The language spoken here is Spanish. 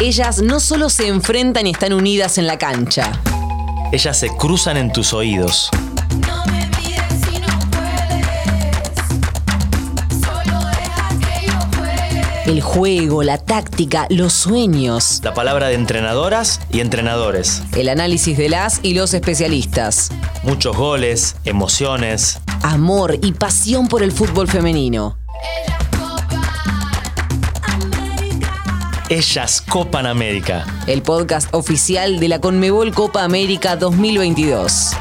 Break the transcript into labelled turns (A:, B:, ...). A: ellas no solo se enfrentan y están unidas en la cancha.
B: Ellas se cruzan en tus oídos.
C: No me mires si no puedes, solo deja que yo juegue.
A: El juego, la táctica, los sueños.
B: La palabra de entrenadoras y entrenadores.
A: El análisis de las y los especialistas.
B: Muchos goles, emociones.
A: Amor y pasión por el fútbol femenino.
C: Ella copa América.
B: Ellas copan América.
A: El podcast oficial de la Conmebol Copa América 2022.